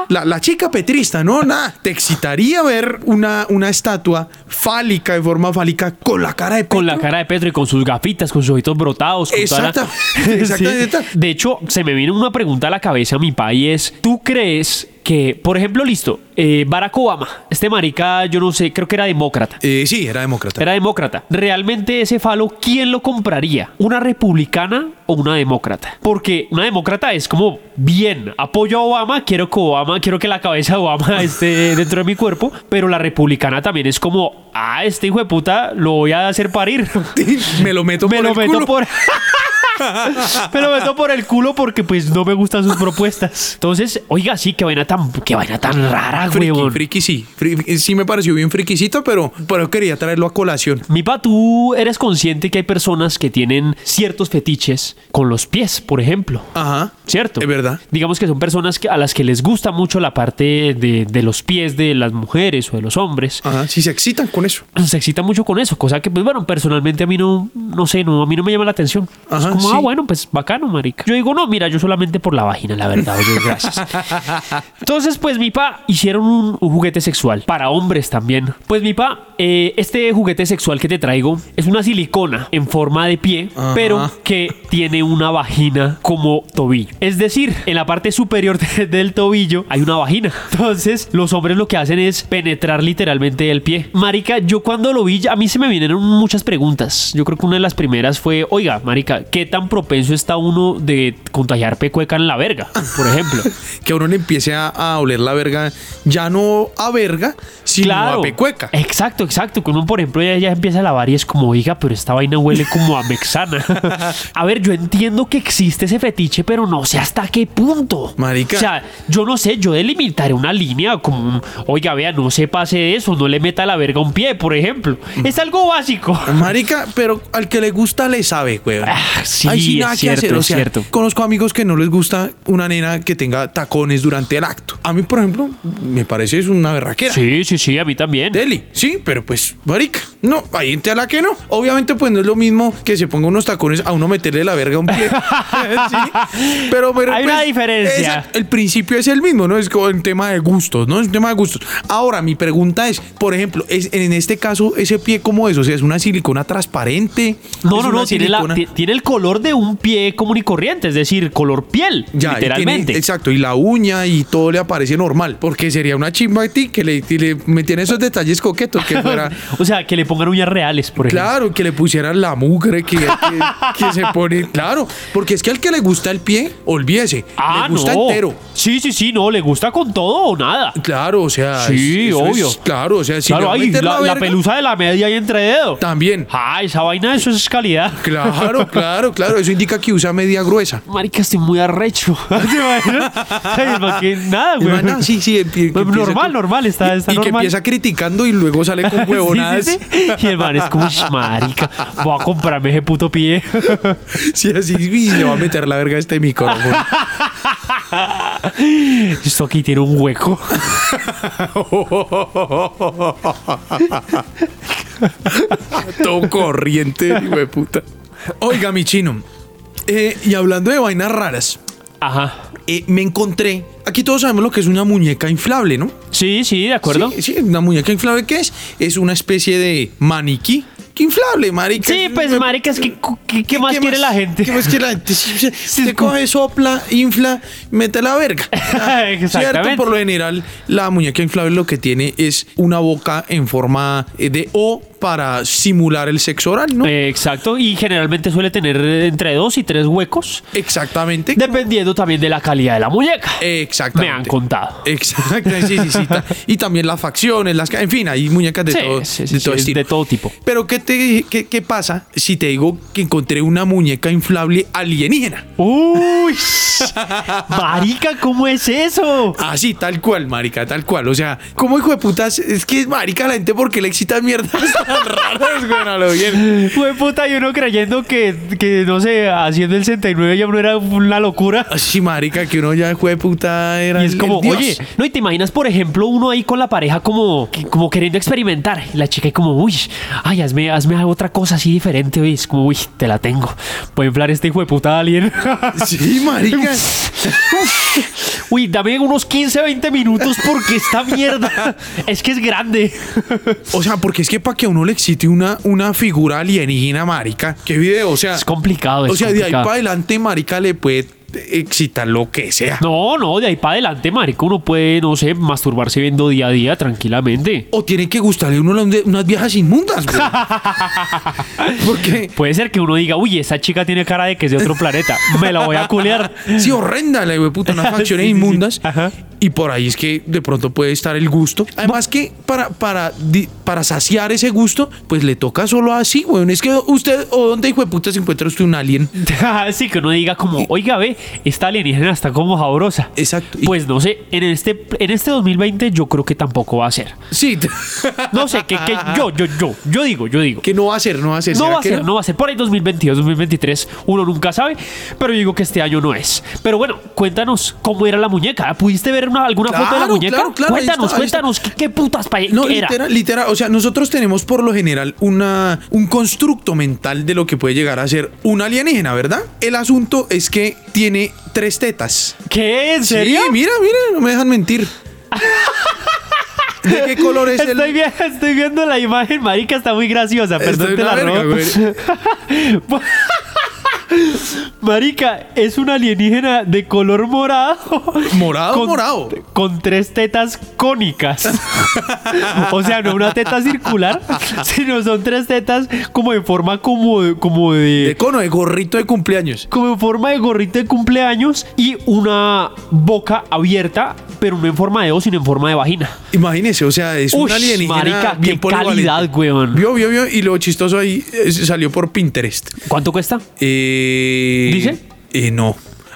[SPEAKER 2] la, la chica petrista, no, nada. ¿Te excitaría ver una, una estatua fálica, de forma fálica, con la cara de Petro?
[SPEAKER 1] Con la cara de Petro y con sus gafitas, con sus ojitos brotados. Con toda la- *laughs*
[SPEAKER 2] Exactamente, exactamente.
[SPEAKER 1] De hecho, se me viene una pregunta a la cabeza, mi país es, ¿tú crees que, por ejemplo, listo, eh, Barack Obama, este marica, yo no sé, creo que era demócrata.
[SPEAKER 2] Eh, sí, era demócrata. *laughs*
[SPEAKER 1] Era demócrata. Realmente ese falo, ¿quién lo compraría? ¿Una republicana o una demócrata? Porque una demócrata es como, bien, apoyo a Obama, quiero que Obama, quiero que la cabeza de Obama *laughs* esté dentro de mi cuerpo, pero la republicana también es como, ah, este hijo de puta lo voy a hacer parir. *laughs*
[SPEAKER 2] Me lo meto
[SPEAKER 1] Me
[SPEAKER 2] por
[SPEAKER 1] lo
[SPEAKER 2] el
[SPEAKER 1] meto
[SPEAKER 2] culo.
[SPEAKER 1] por. *laughs* Me lo meto por el culo porque pues no me gustan sus propuestas. Entonces, oiga, sí, qué vaina tan, qué vaina tan rara,
[SPEAKER 2] Friki,
[SPEAKER 1] huevón.
[SPEAKER 2] friki, sí. Friki, sí me pareció bien friquisito, pero, pero quería traerlo a colación.
[SPEAKER 1] Mi pa, tú eres consciente que hay personas que tienen ciertos fetiches con los pies, por ejemplo.
[SPEAKER 2] Ajá.
[SPEAKER 1] ¿Cierto?
[SPEAKER 2] Es verdad.
[SPEAKER 1] Digamos que son personas que, a las que les gusta mucho la parte de, de los pies de las mujeres o de los hombres.
[SPEAKER 2] Ajá. Sí, se excitan con eso.
[SPEAKER 1] Se excita mucho con eso, cosa que, pues bueno, personalmente a mí no, no sé, no, a mí no me llama la atención. es
[SPEAKER 2] Ajá,
[SPEAKER 1] como,
[SPEAKER 2] sí.
[SPEAKER 1] ah, bueno, pues bacano, marica. Yo digo, no, mira, yo solamente por la vagina, la verdad, oye, gracias.
[SPEAKER 2] *laughs*
[SPEAKER 1] Entonces, pues mi pa hicieron un, un juguete sexual para hombres también. Pues mi pa, eh, este juguete sexual que te traigo es una silicona en forma de pie,
[SPEAKER 2] Ajá.
[SPEAKER 1] pero que tiene una vagina como tobillo. Es decir, en la parte superior de- del tobillo hay una vagina. Entonces, los hombres lo que hacen es penetrar literalmente el pie. Marica, yo cuando lo vi, ya- a mí se me vinieron muchas preguntas. Yo creo que una de las primeras fue, oiga, Marica, ¿qué tan propenso está uno de contagiar pecueca en la verga? Por ejemplo.
[SPEAKER 2] que a uno le empiece a, a oler la verga, ya no a verga, sino a pecueca.
[SPEAKER 1] Eh. Exacto, exacto. Que uno, por ejemplo, ya, ya empieza a lavar y es como, oiga, pero esta vaina huele como a
[SPEAKER 2] *laughs*
[SPEAKER 1] mexana. a ver, yo entiendo que existe ese fetiche, pero no sé hasta qué punto.
[SPEAKER 2] Marica.
[SPEAKER 1] O sea, yo no sé, yo delimitaré una línea como, un, oiga, vea, no se pase de eso, no le meta la verga a un pie, por ejemplo.
[SPEAKER 2] Mm.
[SPEAKER 1] Es algo
[SPEAKER 2] *laughs*
[SPEAKER 1] básico.
[SPEAKER 2] Marica, pero al que le gusta le sabe, güey.
[SPEAKER 1] Ah, sí, es cierto, es cierto.
[SPEAKER 2] Conozco amigos que no les gusta una nena que tenga tacones durante el acto. A mí, por ejemplo, me parece es una berraquera.
[SPEAKER 1] Sí, sí, sí, a mí también.
[SPEAKER 2] Deli, sí, pero pues, marica, no, hay gente a la que no. Obviamente, pues no es lo mismo que se ponga unos tacones a uno meterle la verga a un pie. *laughs* Sí, pero, pero,
[SPEAKER 1] Hay una diferencia.
[SPEAKER 2] esa- el principio es el mismo, ¿no? Es como un tema de gustos, ¿no? Es un tema de gustos. Ahora, mi pregunta es, por ejemplo, es, en este caso, ese pie, ¿cómo es? O sea, ¿es una silicona transparente?
[SPEAKER 1] No,
[SPEAKER 2] ¿Es
[SPEAKER 1] no,
[SPEAKER 2] una
[SPEAKER 1] no, tiene, la-
[SPEAKER 2] silicona-
[SPEAKER 1] ti- tiene el color color de un pie común y corriente, es decir, color piel,
[SPEAKER 2] Ya, y
[SPEAKER 1] literalmente.
[SPEAKER 2] tiene- exacto, y la uña y todo le aparece normal. Porque sería una chimba a ti que le, y le metiera esos detalles coquetos que
[SPEAKER 1] *laughs*
[SPEAKER 2] fuera.
[SPEAKER 1] o sea, que le pongan uñas reales, por ejemplo.
[SPEAKER 2] Claro, que le pusieran la mugre que, que,
[SPEAKER 1] *laughs*
[SPEAKER 2] que se pone. Claro, porque es que al que le gusta el pie, olvídese.
[SPEAKER 1] Ah,
[SPEAKER 2] le gusta
[SPEAKER 1] no.
[SPEAKER 2] entero.
[SPEAKER 1] Sí, sí, sí, no, le gusta con todo o nada.
[SPEAKER 2] Claro, o sea.
[SPEAKER 1] Sí,
[SPEAKER 2] es- eso
[SPEAKER 1] obvio.
[SPEAKER 2] es- claro, o sea, si le
[SPEAKER 1] claro,
[SPEAKER 2] va a
[SPEAKER 1] ay,
[SPEAKER 2] meter
[SPEAKER 1] la,
[SPEAKER 2] la,
[SPEAKER 1] la
[SPEAKER 2] verga,
[SPEAKER 1] pelusa de la media y entre dedos.
[SPEAKER 2] También.
[SPEAKER 1] Ah, esa vaina, eso es calidad. *laughs*
[SPEAKER 2] Claro, claro, claro. Eso indica que usa media gruesa.
[SPEAKER 1] Marica, estoy muy arrecho. *laughs* ¿Te imaginas? Ay, ¿pa' qué? Nada,
[SPEAKER 2] Y
[SPEAKER 1] güey.
[SPEAKER 2] van, ah, sí, sí. empie- que
[SPEAKER 1] Pues
[SPEAKER 2] empieza
[SPEAKER 1] normal, normal, está- está
[SPEAKER 2] y, Y que
[SPEAKER 1] normal.
[SPEAKER 2] empieza criticando y luego sale con huevonadas.
[SPEAKER 1] *laughs* Sí, sí, sí. Y el man es como, "Ush, marica, voy a comprarme ese puto pie.
[SPEAKER 2] *laughs*
[SPEAKER 1] *laughs*
[SPEAKER 2] Sí, así, y le va a meter la verga a este micrófono.
[SPEAKER 1] Esto aquí tiene un hueco.
[SPEAKER 2] *laughs* Todo corriente, hijo de puta. Oiga, mi chino. eh, y hablando de vainas raras,
[SPEAKER 1] Ajá.
[SPEAKER 2] eh, me encontré. Aquí todos sabemos lo que es una muñeca inflable, ¿no?
[SPEAKER 1] Sí, sí, de acuerdo.
[SPEAKER 2] Sí, sí, una muñeca inflable, ¿qué es? Es una especie de maniquí. ¿Qué inflable, marica?
[SPEAKER 1] Sí,
[SPEAKER 2] Es-
[SPEAKER 1] pues,
[SPEAKER 2] me-
[SPEAKER 1] marica, es que, cu- ¿qué, qué más quiere la gente?
[SPEAKER 2] ¿Qué más quiere la gente? Sí,
[SPEAKER 1] *laughs*
[SPEAKER 2] sí,
[SPEAKER 1] Sí,
[SPEAKER 2] te
[SPEAKER 1] es como-
[SPEAKER 2] coge, sopla, infla, mete
[SPEAKER 1] *laughs*
[SPEAKER 2] la verga. Ah,
[SPEAKER 1] Exactamente.
[SPEAKER 2] Por lo general, la muñeca inflable lo que tiene es una boca en forma eh, de O para simular el sexo oral, ¿no?
[SPEAKER 1] Eh, exacto, y generalmente suele tener eh, entre dos y tres huecos,
[SPEAKER 2] Exactamente.
[SPEAKER 1] dependiendo también de la calidad de la muñeca. Me
[SPEAKER 2] Exactamente.
[SPEAKER 1] han contado.
[SPEAKER 2] *laughs* Exacto, sí, sí, sí. ta- Y también las facciones, las, ca- en fin, hay muñecas de,
[SPEAKER 1] Sí,
[SPEAKER 2] todo,
[SPEAKER 1] sí, sí,
[SPEAKER 2] de
[SPEAKER 1] sí,
[SPEAKER 2] todo
[SPEAKER 1] es
[SPEAKER 2] estilo.
[SPEAKER 1] de todo tipo.
[SPEAKER 2] Pero ¿qué, te, qué, qué pasa si te digo que encontré una muñeca inflable alienígena?
[SPEAKER 1] Uy, *laughs* marica, ¿cómo es eso?
[SPEAKER 2] Así, tal cual, marica, tal cual. O sea, como hijo de putas, es que es marica la gente porque le excita mierdas *laughs* tan raras, güey, a lo bien.
[SPEAKER 1] Fue puta, y uno creyendo que, que, no sé, haciendo el 69 ya no era una locura.
[SPEAKER 2] Así, marica, que uno ya, hijo de puta, era
[SPEAKER 1] Y es
[SPEAKER 2] el-
[SPEAKER 1] como,
[SPEAKER 2] el dios.
[SPEAKER 1] oye, no, y te imaginas, por ejemplo, uno ahí con la pareja como, que- como queriendo experimentar. Y la chica ahí como, uy, ay, hazme, hazme otra cosa así diferente, oye. Es como, uy, te la tengo. Puede inflar este hijo de puta alien.
[SPEAKER 2] Sí, marica.
[SPEAKER 1] *laughs* Uy, dame unos 15, 20 minutos porque esta mierda es que es grande.
[SPEAKER 2] O sea, porque es que para que a uno le excite una, una figura alienígena, marica, qué video, o sea.
[SPEAKER 1] Es complicado.
[SPEAKER 2] O
[SPEAKER 1] es
[SPEAKER 2] sea, de ahí
[SPEAKER 1] complicado.
[SPEAKER 2] para adelante, marica, le puede excitar lo que sea.
[SPEAKER 1] No, no, de ahí para adelante, marico, uno puede, no sé, masturbarse viendo día a día tranquilamente.
[SPEAKER 2] O tiene que gustarle a uno las- unas viejas inmundas, güey.
[SPEAKER 1] *laughs*
[SPEAKER 2] Porque,
[SPEAKER 1] Puede ser que uno diga, uy, esa chica tiene cara de que es de otro planeta, me la voy a culear.
[SPEAKER 2] sí, horrenda la güey, puta, unas
[SPEAKER 1] *laughs*
[SPEAKER 2] facciones
[SPEAKER 1] Sí, sí, sí.
[SPEAKER 2] inmundas.
[SPEAKER 1] Ajá.
[SPEAKER 2] Y por ahí es que de pronto puede estar el gusto. Además que para, para, di- para saciar ese gusto, pues le toca solo así, güey. Es que usted, o dónde, hijo de puta, se encuentra usted un alien.
[SPEAKER 1] *laughs* Así que uno diga como, oiga, ve, esta alienígena está como sabrosa.
[SPEAKER 2] Exacto. Y-
[SPEAKER 1] Pues no sé, en este, en este 2020 yo creo que tampoco va a ser.
[SPEAKER 2] Sí.
[SPEAKER 1] No sé, que, que yo, yo, yo, yo digo, yo digo.
[SPEAKER 2] *laughs* Que no va a ser, no va a ser.
[SPEAKER 1] No
[SPEAKER 2] ¿Será
[SPEAKER 1] va a
[SPEAKER 2] que
[SPEAKER 1] ser, no va a ser. Por ahí 2022, 2023, uno nunca sabe. Pero yo digo que este año no es. Pero bueno, cuéntanos cómo era la muñeca. ¿Pudiste ver una- alguna foto de la
[SPEAKER 2] Claro,
[SPEAKER 1] muñeca?
[SPEAKER 2] claro, claro, ahí
[SPEAKER 1] cuéntanos,
[SPEAKER 2] está, ahí está.
[SPEAKER 1] cuéntanos, ¿qué, qué putas pa-
[SPEAKER 2] No,
[SPEAKER 1] era?
[SPEAKER 2] literal, literal. O sea, nosotros tenemos por lo general una, un constructo mental de lo que puede llegar a ser un alienígena, ¿verdad? El asunto es que tiene tres tetas.
[SPEAKER 1] ¿Qué? ¿En serio?
[SPEAKER 2] Sí, mira, mira, no me dejan mentir. ¿De qué color es
[SPEAKER 1] Estoy,
[SPEAKER 2] el.?
[SPEAKER 1] vi- estoy viendo la imagen, marica, está muy graciosa. Perdón,
[SPEAKER 2] Estoy
[SPEAKER 1] te
[SPEAKER 2] una
[SPEAKER 1] la
[SPEAKER 2] verga,
[SPEAKER 1] robo. *laughs* Marica, es un alienígena de color morado.
[SPEAKER 2] Morado, morado.
[SPEAKER 1] Con tres tetas cónicas. *laughs* o sea, no una teta circular,
[SPEAKER 2] *laughs*
[SPEAKER 1] sino son tres tetas como en forma como de- como
[SPEAKER 2] De cono, de gorrito de cumpleaños.
[SPEAKER 1] como en forma de gorrito de cumpleaños y una boca abierta, pero no en forma de O, sino en forma de vagina.
[SPEAKER 2] Imagínese, o sea, es un
[SPEAKER 1] Ush,
[SPEAKER 2] alienígena.
[SPEAKER 1] marica,
[SPEAKER 2] bien
[SPEAKER 1] qué
[SPEAKER 2] polivalente.
[SPEAKER 1] calidad, weón.
[SPEAKER 2] Vio, vio, vio. Y lo chistoso ahí eh, salió por Pinterest.
[SPEAKER 1] ¿Cuánto cuesta?
[SPEAKER 2] Eh,
[SPEAKER 1] ¿Dice?
[SPEAKER 2] eh, no.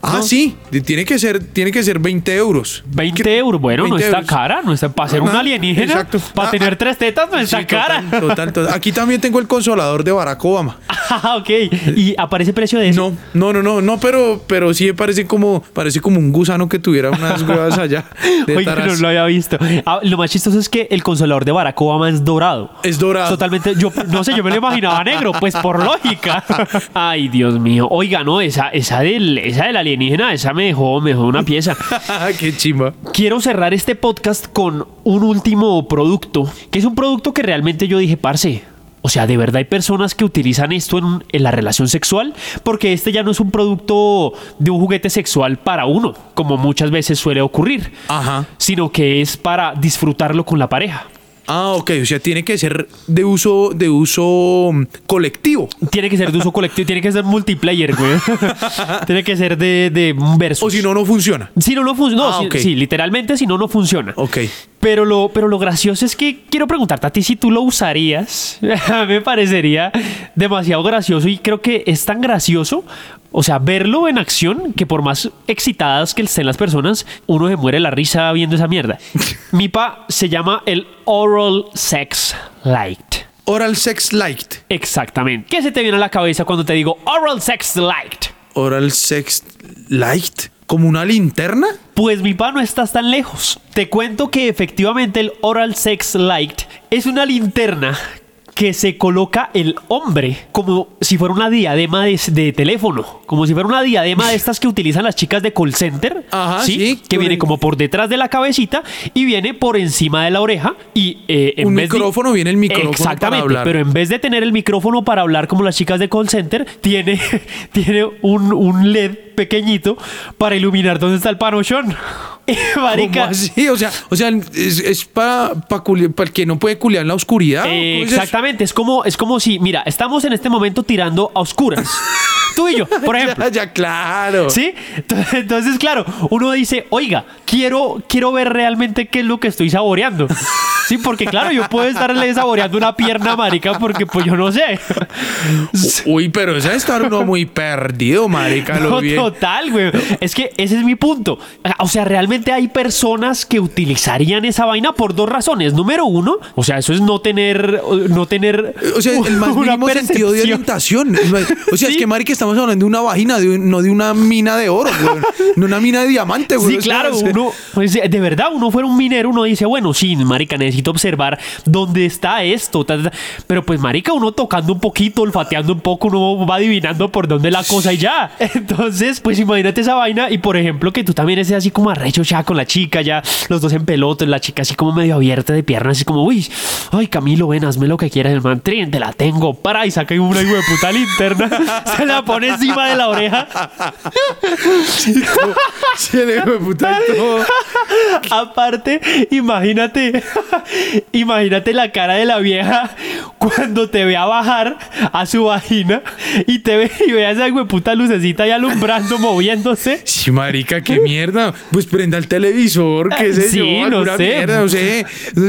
[SPEAKER 2] Ah, sí. Tiene que ser, tiene que ser 20 euros.
[SPEAKER 1] 20 euros, bueno,
[SPEAKER 2] 20
[SPEAKER 1] no está
[SPEAKER 2] euros.
[SPEAKER 1] cara, no está para ser un
[SPEAKER 2] Ah,
[SPEAKER 1] alienígena,
[SPEAKER 2] exacto.
[SPEAKER 1] para
[SPEAKER 2] Ah,
[SPEAKER 1] tener tres tetas no está
[SPEAKER 2] Sí,
[SPEAKER 1] cara.
[SPEAKER 2] total, total, total. Aquí también tengo el consolador de Barack Obama.
[SPEAKER 1] *laughs* Ah, ok. ¿Y aparece precio de eso?
[SPEAKER 2] No, no, no, no, no, pero, pero sí parece como, parece como un gusano que tuviera unas
[SPEAKER 1] *laughs*
[SPEAKER 2] huevas allá. de
[SPEAKER 1] Oye,
[SPEAKER 2] taras.
[SPEAKER 1] no lo había visto. Ah, lo más chistoso es que el consolador de Barack Obama es dorado.
[SPEAKER 2] Es dorado.
[SPEAKER 1] Totalmente, yo no sé, yo me lo imaginaba negro, pues por lógica. *laughs* Ay, Dios mío. Oiga, no, esa, esa, del, esa del alienígena, esa me dejó, me dejó una pieza.
[SPEAKER 2] *laughs* Qué chimba.
[SPEAKER 1] Quiero cerrar este podcast con un último producto, que es un producto que realmente yo dije, parce, O sea, de verdad hay personas que utilizan esto en, en la relación sexual porque este ya no es un producto de un juguete sexual para uno, como muchas veces suele ocurrir,
[SPEAKER 2] Ajá.
[SPEAKER 1] sino que es para disfrutarlo con la pareja.
[SPEAKER 2] Ah, ok. O sea, tiene que ser de uso, de uso mm, colectivo.
[SPEAKER 1] Tiene que ser de uso colectivo, tiene que ser multiplayer, güey. *laughs* tiene que ser de, de un verso.
[SPEAKER 2] O si no, no funciona.
[SPEAKER 1] Si no, no funciona. No,
[SPEAKER 2] Ah,
[SPEAKER 1] si-
[SPEAKER 2] ok.
[SPEAKER 1] sí, literalmente, si no, no funciona.
[SPEAKER 2] Ok.
[SPEAKER 1] Pero lo, pero lo gracioso es que quiero preguntarte a ti si tú lo usarías. *laughs* A mí me parecería demasiado gracioso y creo que es tan gracioso, o sea, verlo en acción, que por más excitadas que estén las personas, uno se muere la risa viendo esa mierda. Mi pa se llama el Oral Sex Light.
[SPEAKER 2] Oral sex light.
[SPEAKER 1] Exactamente. ¿Qué se te viene a la cabeza cuando te digo Oral Sex Light?
[SPEAKER 2] Oral sex light. ¿Como una linterna?
[SPEAKER 1] Pues mi pa, no estás tan lejos. Te cuento que efectivamente el Oral Sex Light es una linterna que se coloca el hombre como si fuera una diadema de, de teléfono, como si fuera una diadema de estas que utilizan las chicas de call center,
[SPEAKER 2] Ajá, sí,
[SPEAKER 1] que
[SPEAKER 2] con
[SPEAKER 1] viene
[SPEAKER 2] el-
[SPEAKER 1] como por detrás de la cabecita y viene por encima de la oreja y eh, en
[SPEAKER 2] Un
[SPEAKER 1] vez de-
[SPEAKER 2] micrófono, viene el micrófono para
[SPEAKER 1] exactamente,
[SPEAKER 2] hablar.
[SPEAKER 1] pero en vez de tener el micrófono para hablar como las chicas de call center, tiene, *laughs* tiene un, un LED pequeñito para iluminar dónde está el panochón. *laughs* Eh,
[SPEAKER 2] ¿Cómo
[SPEAKER 1] Marica.
[SPEAKER 2] así? O sea, o sea es, para el que no puede culiar en la oscuridad. ¿o
[SPEAKER 1] eh,
[SPEAKER 2] cómo es eso?
[SPEAKER 1] exactamente, es como, es como si, mira, estamos en este momento tirando a
[SPEAKER 2] *laughs*
[SPEAKER 1] oscuras. Tú y yo, por ejemplo.
[SPEAKER 2] Ya, ya, claro.
[SPEAKER 1] ¿Sí? Entonces, entonces, claro, uno dice, oiga, quiero, quiero ver realmente qué es lo que estoy saboreando. Sí, porque claro, yo puedo estarle saboreando una pierna, marica, porque pues yo no sé.
[SPEAKER 2] Uy, pero ese estar uno muy perdido, marica,
[SPEAKER 1] *laughs*
[SPEAKER 2] lo
[SPEAKER 1] No,
[SPEAKER 2] bien.
[SPEAKER 1] total, güey. Es que ese es mi punto. Ah, O sea, realmente hay personas que utilizarían esa vaina por dos razones. Número uno, o sea, eso es no tener, no tener
[SPEAKER 2] O sea, el más
[SPEAKER 1] *laughs* una
[SPEAKER 2] mínimo sentido de
[SPEAKER 1] percepción.
[SPEAKER 2] orientación. El más- O sea,
[SPEAKER 1] Sí.
[SPEAKER 2] es que, marica, estamos hablando de una vagina, de un- no de una mina de oro, güey. No una mina de diamante, güey.
[SPEAKER 1] Sí,
[SPEAKER 2] O sea,
[SPEAKER 1] claro,
[SPEAKER 2] o sea,
[SPEAKER 1] uno, pues, de verdad, uno fuera un minero, uno dice, bueno, sí, marica, necesito observar dónde está esto, ta, ta, ta. pero pues, marica, uno tocando un poquito, olfateando un poco, uno va adivinando por dónde la cosa y ya. *laughs* Entonces, pues imagínate esa vaina y, por ejemplo, que tú también estés así como arrecho ya con la chica, ya los dos en pelotas, la chica así como medio abierta de piernas, así como, uy, ay, Camilo, ven, hazme lo que quieras, el man, trin, te la tengo, para, y saca una hijo de puta linterna, *laughs* se la pone encima de la oreja.
[SPEAKER 2] *laughs* Sí, el hijo de puta y todo.
[SPEAKER 1] *laughs* Aparte, imagínate, *laughs* imagínate la cara de la vieja cuando te vea bajar a su vagina y te ve y vea esa hueputa lucecita ahí alumbrando, moviéndose.
[SPEAKER 2] Sí, marica, qué mierda. Pues prenda el televisor, qué sé
[SPEAKER 1] Sí,
[SPEAKER 2] yo,
[SPEAKER 1] no
[SPEAKER 2] alguna
[SPEAKER 1] sé.
[SPEAKER 2] mierda, no sé.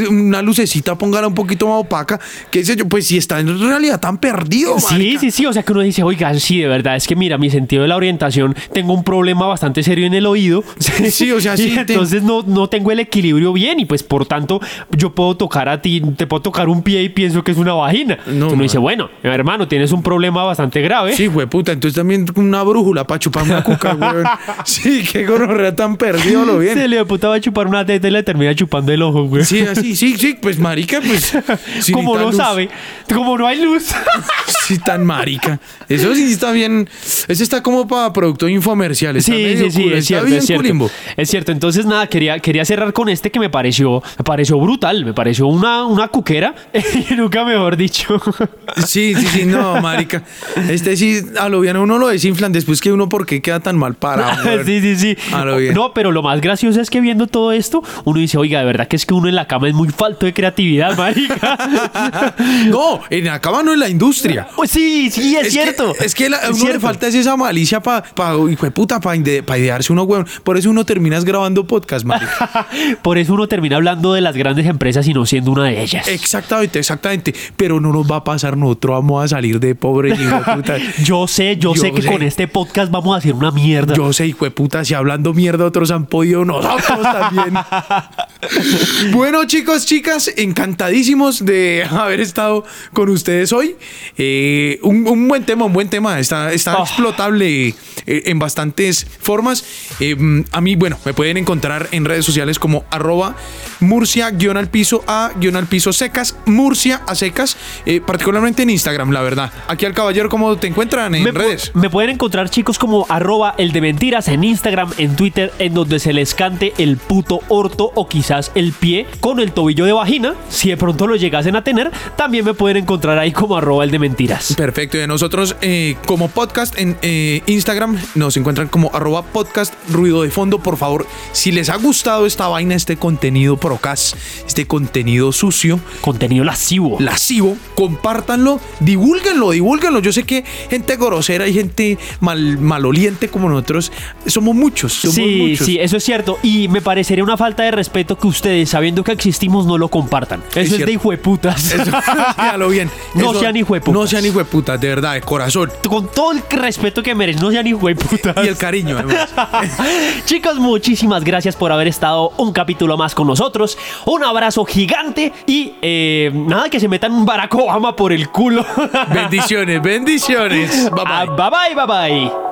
[SPEAKER 2] Una lucecita, póngala un poquito más opaca, qué sé yo. Pues si está en realidad tan perdido,
[SPEAKER 1] Sí,
[SPEAKER 2] Oh, marica.
[SPEAKER 1] sí, sí, o sea que uno dice, oiga, sí, de verdad, es que mira, mi sentido de la orientación, tengo un problema bastante serio en el oído.
[SPEAKER 2] Sí, o sea,
[SPEAKER 1] *laughs*
[SPEAKER 2] sí,
[SPEAKER 1] Y
[SPEAKER 2] te-
[SPEAKER 1] entonces no, no tengo el equilibrio bien y pues por tanto yo puedo tocar a ti, te puedo tocar un pie y pienso que es una vagina.
[SPEAKER 2] No,
[SPEAKER 1] uno
[SPEAKER 2] man.
[SPEAKER 1] dice, bueno, hermano, tienes un problema bastante grave.
[SPEAKER 2] Sí, güey, puta. Entonces también una brújula para chupar una cuca, güey. Sí, qué gonorrea tan perdido lo bien.
[SPEAKER 1] Se le puta va a chupar una teta y le termina chupando el ojo, güey.
[SPEAKER 2] Sí, así, sí, sí, pues marica, pues. si
[SPEAKER 1] como
[SPEAKER 2] ni tan
[SPEAKER 1] no
[SPEAKER 2] luz-
[SPEAKER 1] sabe, como no hay luz.
[SPEAKER 2] Sí, tan marica. Eso sí está bien. Ese está como para producto infomercial. Está
[SPEAKER 1] sí,
[SPEAKER 2] medio
[SPEAKER 1] sí, sí,
[SPEAKER 2] culo,
[SPEAKER 1] es
[SPEAKER 2] está
[SPEAKER 1] cierto,
[SPEAKER 2] bien
[SPEAKER 1] es cierto.
[SPEAKER 2] culimbo.
[SPEAKER 1] Es cierto, entonces nada, quería, quería cerrar con este que me pareció, me pareció brutal, me pareció una, una cuquera, *laughs* y nunca mejor dicho.
[SPEAKER 2] Sí, sí, sí, no, marica. Este sí, a lo bien a uno lo desinflan después que uno, ¿por qué queda tan
[SPEAKER 1] *laughs*
[SPEAKER 2] mal parado? güey?
[SPEAKER 1] sí, sí, sí.
[SPEAKER 2] A lo bien.
[SPEAKER 1] No, pero lo más gracioso es que viendo todo esto, uno dice, oiga, de verdad que es que uno en la cama es muy falto de creatividad, *laughs* marica.
[SPEAKER 2] *laughs* *laughs* No, en la cama no en la industria.
[SPEAKER 1] Pues sí, sí, es,
[SPEAKER 2] que-
[SPEAKER 1] cierto.
[SPEAKER 2] es que la- a uno le
[SPEAKER 1] cierto.
[SPEAKER 2] falta es esa malicia para, pa, hijo de puta, para idearse uno, weón. Por eso uno terminas grabando podcast, marica.
[SPEAKER 1] *laughs* Por eso uno termina hablando de las grandes empresas y no siendo una de ellas.
[SPEAKER 2] Exactamente, exactamente. Pero no nos va a pasar, nosotros vamos a salir de pobre hijo de puta.
[SPEAKER 1] Yo sé, yo,
[SPEAKER 2] Yo
[SPEAKER 1] sé que
[SPEAKER 2] sé.
[SPEAKER 1] con este podcast vamos a hacer una mierda.
[SPEAKER 2] Yo sé, hijo de puta, si hablando mierda otros han podido,
[SPEAKER 1] *laughs*
[SPEAKER 2] nosotros también. bueno, chicos, chicas, encantadísimos de haber estado con ustedes hoy. Eh, un, un buen tema, un buen tema. Está, está
[SPEAKER 1] Ah.
[SPEAKER 2] explotable eh, en bastantes formas. Eh, a mí, bueno, me pueden encontrar en redes sociales como arroba murcia guión al piso a guión al piso secas, murcia a secas, eh, particularmente en Instagram, la verdad. Aquí al caballero, ¿cómo te encuentran en
[SPEAKER 1] me, pu-
[SPEAKER 2] redes?
[SPEAKER 1] me pueden encontrar chicos como arroba el de mentiras en Instagram, en Twitter, en donde se les cante el puto orto o quizá quizás el pie con el tobillo de vagina. Si de pronto lo llegasen a tener, también me pueden encontrar ahí como arroba el de mentiras.
[SPEAKER 2] Perfecto, y a nosotros eh, como podcast en eh, Instagram nos encuentran como arroba podcast ruido de fondo. Por favor, si les ha gustado esta vaina, este contenido procas, este contenido sucio,
[SPEAKER 1] Contenido lascivo.
[SPEAKER 2] lascivo, compártanlo, divúlguenlo, divúlguenlo. Yo sé que gente grosera y gente mal, maloliente como nosotros somos muchos, somos
[SPEAKER 1] sí,
[SPEAKER 2] muchos.
[SPEAKER 1] sí, eso es cierto. Y me parecería una falta de respeto que ustedes, sabiendo que existimos, no lo compartan. Eso es,
[SPEAKER 2] cierto.
[SPEAKER 1] de hijueputas.
[SPEAKER 2] Eso, *laughs* míralo bien.
[SPEAKER 1] No
[SPEAKER 2] Eso-
[SPEAKER 1] sean hijueputas.
[SPEAKER 2] No sean hijueputas, de verdad, de corazón.
[SPEAKER 1] Con todo el respeto que merecen, no sean hijueputas.
[SPEAKER 2] *laughs* Y el cariño, además.
[SPEAKER 1] *laughs* Chicos, muchísimas gracias por haber estado un capítulo más con nosotros. Un abrazo gigante y eh, nada que se metan un Barack Obama por el culo. *laughs*
[SPEAKER 2] Bendiciones, bendiciones. Bye bye.
[SPEAKER 1] Ah, bye bye. bye, bye.